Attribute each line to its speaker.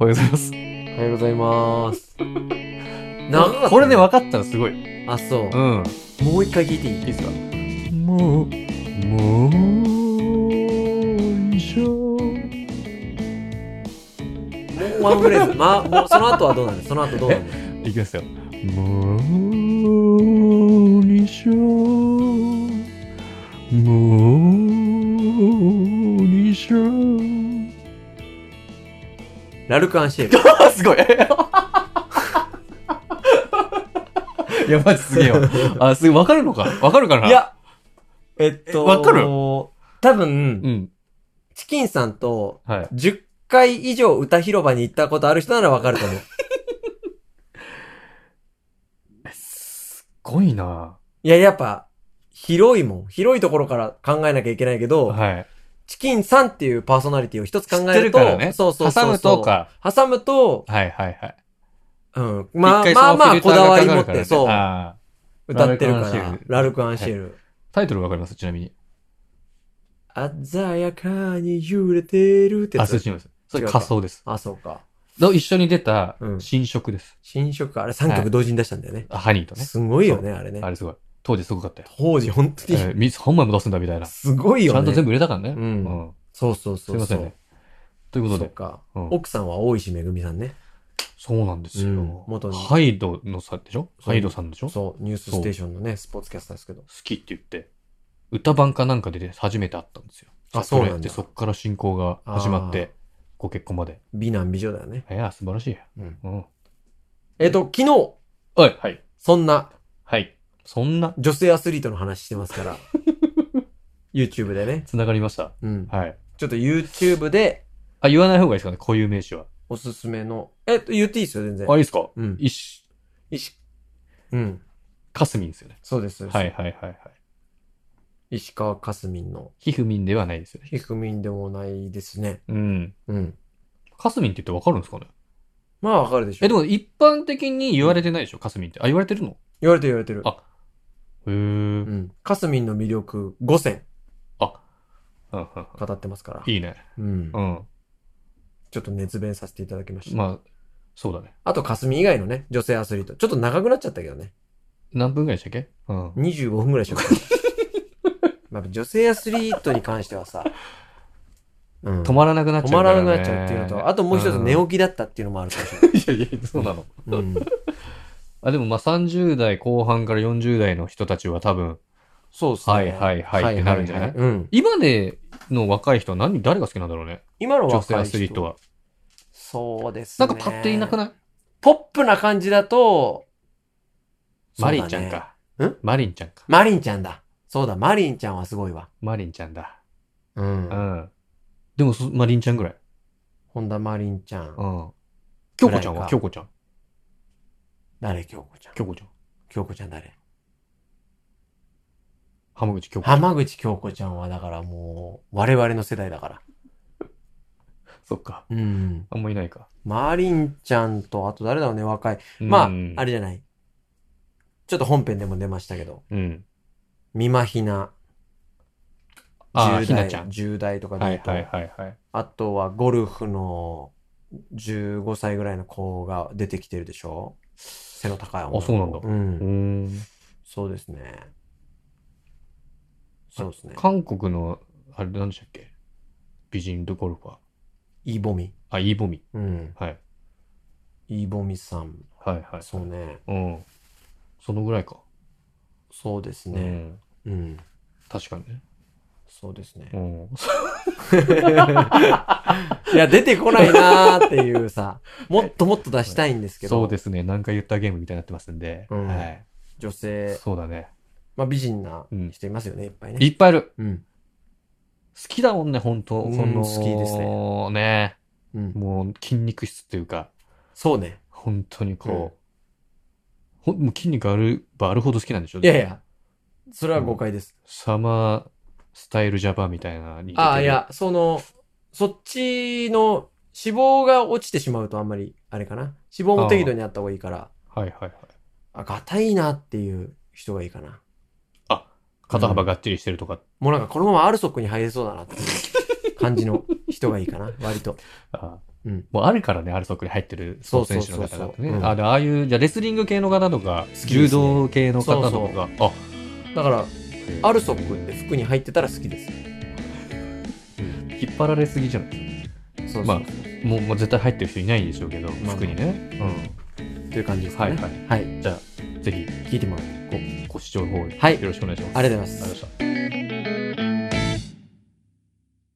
Speaker 1: おはようございます。
Speaker 2: おはようございます。長かった
Speaker 1: これね、分かったらすごい。
Speaker 2: あ、そう
Speaker 1: う。ん。
Speaker 2: もう一回聞いていい
Speaker 1: いいですかもう、もう一生。
Speaker 2: もうワンフレーズ。まあ、もうその後はどうなんですその後どうなんです
Speaker 1: いきますよ。もう一生。もう一生。
Speaker 2: ラルクアンシェイブ。
Speaker 1: あ、すごい。 いや、マジすげえ よ。あ、すごい、わかるのかわかるかない
Speaker 2: い、や、えっと、
Speaker 1: えわかる
Speaker 2: 多分、
Speaker 1: うん。
Speaker 2: チキンさんと
Speaker 1: はい。
Speaker 2: 10回以上歌広場に行ったことある人ならわかると思う。
Speaker 1: すごいない
Speaker 2: や、やっぱ、広いもん。広いところから考えなきゃいけないけど、
Speaker 1: はい。
Speaker 2: チキンさんっていうパーソナリティを一つ考
Speaker 1: 知っ
Speaker 2: え
Speaker 1: て
Speaker 2: る
Speaker 1: る
Speaker 2: と、
Speaker 1: からね。
Speaker 2: そうそうそうそう。
Speaker 1: 挟むと。か。
Speaker 2: 挟むと、
Speaker 1: はいはいはい。
Speaker 2: うん。まあ
Speaker 1: 一回そ
Speaker 2: まあ
Speaker 1: の
Speaker 2: ま
Speaker 1: フィ
Speaker 2: あ、
Speaker 1: ルタ
Speaker 2: こ
Speaker 1: ーが
Speaker 2: だわり
Speaker 1: か
Speaker 2: 持
Speaker 1: か
Speaker 2: っ
Speaker 1: るからね
Speaker 2: て、そう、
Speaker 1: あー
Speaker 2: 歌ってるか
Speaker 1: ラルクアンシ
Speaker 2: ら
Speaker 1: ェル。
Speaker 2: ラルクアンシェル。
Speaker 1: タイトルわかりますちなみに。
Speaker 2: 鮮やかに揺れてるってや
Speaker 1: あ、そう
Speaker 2: つ。
Speaker 1: 違います。そ
Speaker 2: 違
Speaker 1: れ
Speaker 2: うか
Speaker 1: 仮想です。
Speaker 2: あ、そうか。
Speaker 1: の一緒に出た
Speaker 2: うん
Speaker 1: 新色です。
Speaker 2: 新色か。あれ3曲同時に出したんだよね。
Speaker 1: あハニーとね。
Speaker 2: すごいよね、あれね
Speaker 1: あ。れすごい。当時すごかったよ。
Speaker 2: 当時本当
Speaker 1: え
Speaker 2: に、
Speaker 1: ーミス本枚も出すんだみたいな。ち
Speaker 2: すごいよね。
Speaker 1: ゃんと全部入れたからね。
Speaker 2: うん
Speaker 1: うん
Speaker 2: そうそう
Speaker 1: す
Speaker 2: そ
Speaker 1: いう
Speaker 2: そ
Speaker 1: ませ
Speaker 2: う。
Speaker 1: んね。ということ
Speaker 2: そっ
Speaker 1: で。
Speaker 2: か。
Speaker 1: うん
Speaker 2: 奥さんは大石めぐみさんね。
Speaker 1: そうなんです
Speaker 2: う
Speaker 1: よ
Speaker 2: ん。元に
Speaker 1: ハイドのさ、でしょ
Speaker 2: そう
Speaker 1: ハイドさんでしょ好
Speaker 2: そう、ニュースステーションのね、スポーツキャスターですけど。
Speaker 1: きって言って、歌版かなんかで初めて会ったんですよ。
Speaker 2: あ
Speaker 1: それ
Speaker 2: そうなん
Speaker 1: で、
Speaker 2: だ
Speaker 1: そっから進行が始まっ
Speaker 2: あー
Speaker 1: て、ご結婚まで。
Speaker 2: 美男美女だよね。
Speaker 1: いや、素晴らしいよ。
Speaker 2: うん。
Speaker 1: うん。
Speaker 2: えっ、と、昨日、
Speaker 1: はい。はい。
Speaker 2: そんな
Speaker 1: はい。そんな、
Speaker 2: 女性アスリートの話してます から。YouTube でね。
Speaker 1: つながりました。
Speaker 2: うん。
Speaker 1: はい。
Speaker 2: ちょっと YouTube で
Speaker 1: あ、言わない方がいいですかね、固有名詞は。
Speaker 2: おすすめの、えっ、と、言っていいですよ、全然。
Speaker 1: あ、いいですか
Speaker 2: うん。
Speaker 1: いし、
Speaker 2: 石、うん。
Speaker 1: かすみんですよね。
Speaker 2: そうです。そうです
Speaker 1: はい。はいはいはい。
Speaker 2: 石川かすみんの、
Speaker 1: ひふみんではないですよね。
Speaker 2: ひふみんでもないですね。
Speaker 1: うん。
Speaker 2: うん。
Speaker 1: かすみんって言ってわかるんですかね
Speaker 2: まあわかるでしょ。
Speaker 1: え、でも一般的に言われてないでしょ、かすみんって。あ、言われてるの
Speaker 2: 言われてる言われてる。
Speaker 1: あへー
Speaker 2: う。ん。かすみんの魅力5選
Speaker 1: あ、うんうんうん
Speaker 2: 語ってますから。
Speaker 1: いいね。
Speaker 2: うん
Speaker 1: う。ん。
Speaker 2: ちょっと熱弁させていただきました。
Speaker 1: まあ、そうだね。
Speaker 2: あと、かすみ以外のね、女性アスリート。ちょっと長くなっちゃったけどね。
Speaker 1: 何分ぐらいでしたっけうん。
Speaker 2: 25分ぐらいでしょうか。 まあ、女性アスリートに関してはさ、うん、
Speaker 1: 止まらなくなっ
Speaker 2: 止
Speaker 1: ちゃ
Speaker 2: ま
Speaker 1: うからら、ね。
Speaker 2: なくなっちゃうっていうのと、あともう一つ寝起きだったっていうのもあるかもしれない。
Speaker 1: 起 き。いやいや、そうなの。
Speaker 2: うん、
Speaker 1: あ、でもまあ30代後半から40代の人たちは多分、
Speaker 2: そうですね。
Speaker 1: はいはいはいってなるんじゃない
Speaker 2: ははうん。
Speaker 1: 今での若い人は何、誰が好きなんだろうね。
Speaker 2: 今の
Speaker 1: 女
Speaker 2: 若
Speaker 1: 性
Speaker 2: い人
Speaker 1: アスリートは。
Speaker 2: そうです
Speaker 1: な
Speaker 2: ね。
Speaker 1: んかパッていなく
Speaker 2: い
Speaker 1: ない
Speaker 2: ポップな感じだと、
Speaker 1: マリンちゃ
Speaker 2: そ
Speaker 1: ん
Speaker 2: うだ
Speaker 1: か。
Speaker 2: ね。ん
Speaker 1: マリンちゃんか。
Speaker 2: マリンちゃんだ。そうだ、マリンちゃんはすごいわ。
Speaker 1: マリンちゃんだ。
Speaker 2: う。
Speaker 1: うんん。でもそ、マリンちゃんぐらい。
Speaker 2: 本田マリンちゃん
Speaker 1: う。ん。京子ちゃん
Speaker 2: ぐらい
Speaker 1: は
Speaker 2: か
Speaker 1: 京子ちゃん。
Speaker 2: 誰京子ちゃん。
Speaker 1: 京子ちゃん。
Speaker 2: 京子ちゃん誰
Speaker 1: 浜口京子ちゃん。
Speaker 2: 浜口京子ちゃんはだからもう、我々の世代だから。
Speaker 1: そっか。
Speaker 2: うん。
Speaker 1: あんまいないか。
Speaker 2: マリンちゃんと、あと誰だろうね、若い。まあ、あ
Speaker 1: れ。
Speaker 2: れじゃない。ちょっと本編でも出ましたけど、
Speaker 1: うん。
Speaker 2: 美馬ひな。
Speaker 1: ああ、
Speaker 2: 10
Speaker 1: ひな
Speaker 2: 代
Speaker 1: ちゃん。
Speaker 2: 10代とか
Speaker 1: は
Speaker 2: だ
Speaker 1: い
Speaker 2: と、
Speaker 1: はいはいはい。
Speaker 2: あとはゴルフの15歳ぐらいの子が出てきてるでしょ背の高い女の子
Speaker 1: あそうなんだうー
Speaker 2: ん。
Speaker 1: ん。
Speaker 2: そうですね。そうですね。
Speaker 1: 韓国の、あれなんでしたっけ美人ドゴルファー。
Speaker 2: イボミ。
Speaker 1: あ、イーボミ。
Speaker 2: うん。
Speaker 1: はい。
Speaker 2: イボミさん。
Speaker 1: はいはい。
Speaker 2: そうね。
Speaker 1: うん。そのぐらいか。
Speaker 2: そうです
Speaker 1: う
Speaker 2: ね。
Speaker 1: ん。
Speaker 2: うん。
Speaker 1: 確かにね。
Speaker 2: そうですね
Speaker 1: う。ん。
Speaker 2: いや、出てこないなーっていうさ、もっともっと出したいんですけど、
Speaker 1: そうですね。何回言ったゲームみたいになってますんで。
Speaker 2: うん
Speaker 1: はい。
Speaker 2: 女性、
Speaker 1: そうだね。
Speaker 2: まあ、美人な
Speaker 1: うん
Speaker 2: 人いますよね、いっぱいね。
Speaker 1: いっぱいいる。
Speaker 2: うん。
Speaker 1: 好きだもんね、本当
Speaker 2: うん
Speaker 1: この、
Speaker 2: 好きですね
Speaker 1: ね
Speaker 2: うん。
Speaker 1: もう筋肉質っていうか、
Speaker 2: そうね。
Speaker 1: 本当にこう、ほんもう筋肉あるばあるほど好きなんでしょ
Speaker 2: いやいや、それは誤解です。
Speaker 1: サマースタイルジャパンみたいなに似てる
Speaker 2: ああ、い。や、その、そっちの脂肪が落ちてしまうとあんまり、あれかな。脂肪も適度にあった方がいいから、
Speaker 1: はいはいはい。
Speaker 2: あ、がたいなっていう人がいいかな。
Speaker 1: 肩幅がっちりしてるとか。
Speaker 2: もうなんかこのままアルソックに入れそうだなっていう感じの人がい いかな、割と。
Speaker 1: あ
Speaker 2: うん
Speaker 1: もうあるからね、あるそこに入ってるスポーツ選手の方々
Speaker 2: そうそうそう
Speaker 1: ね
Speaker 2: そう。うん
Speaker 1: あでああいう、じゃあレスリング系の方とか、
Speaker 2: き
Speaker 1: 柔
Speaker 2: ですね
Speaker 1: 道系の方とか、あ
Speaker 2: だか
Speaker 1: へ
Speaker 2: ら、
Speaker 1: ー
Speaker 2: アルソックって服に入ってたら好きです。
Speaker 1: 引っ張られすぎじゃないで
Speaker 2: そうそうそう
Speaker 1: まあすかもうもう絶対入ってる人いないでしょうけど、
Speaker 2: まあ
Speaker 1: 服にね。
Speaker 2: という感じです
Speaker 1: は
Speaker 2: か
Speaker 1: い
Speaker 2: ね。。
Speaker 1: はいい。じゃあ、ぜひ
Speaker 2: 聞いてもらって。
Speaker 1: ごご視聴の方、
Speaker 2: はい
Speaker 1: よろしくお願いします。
Speaker 2: ありがとうございます
Speaker 1: ありがとうございました。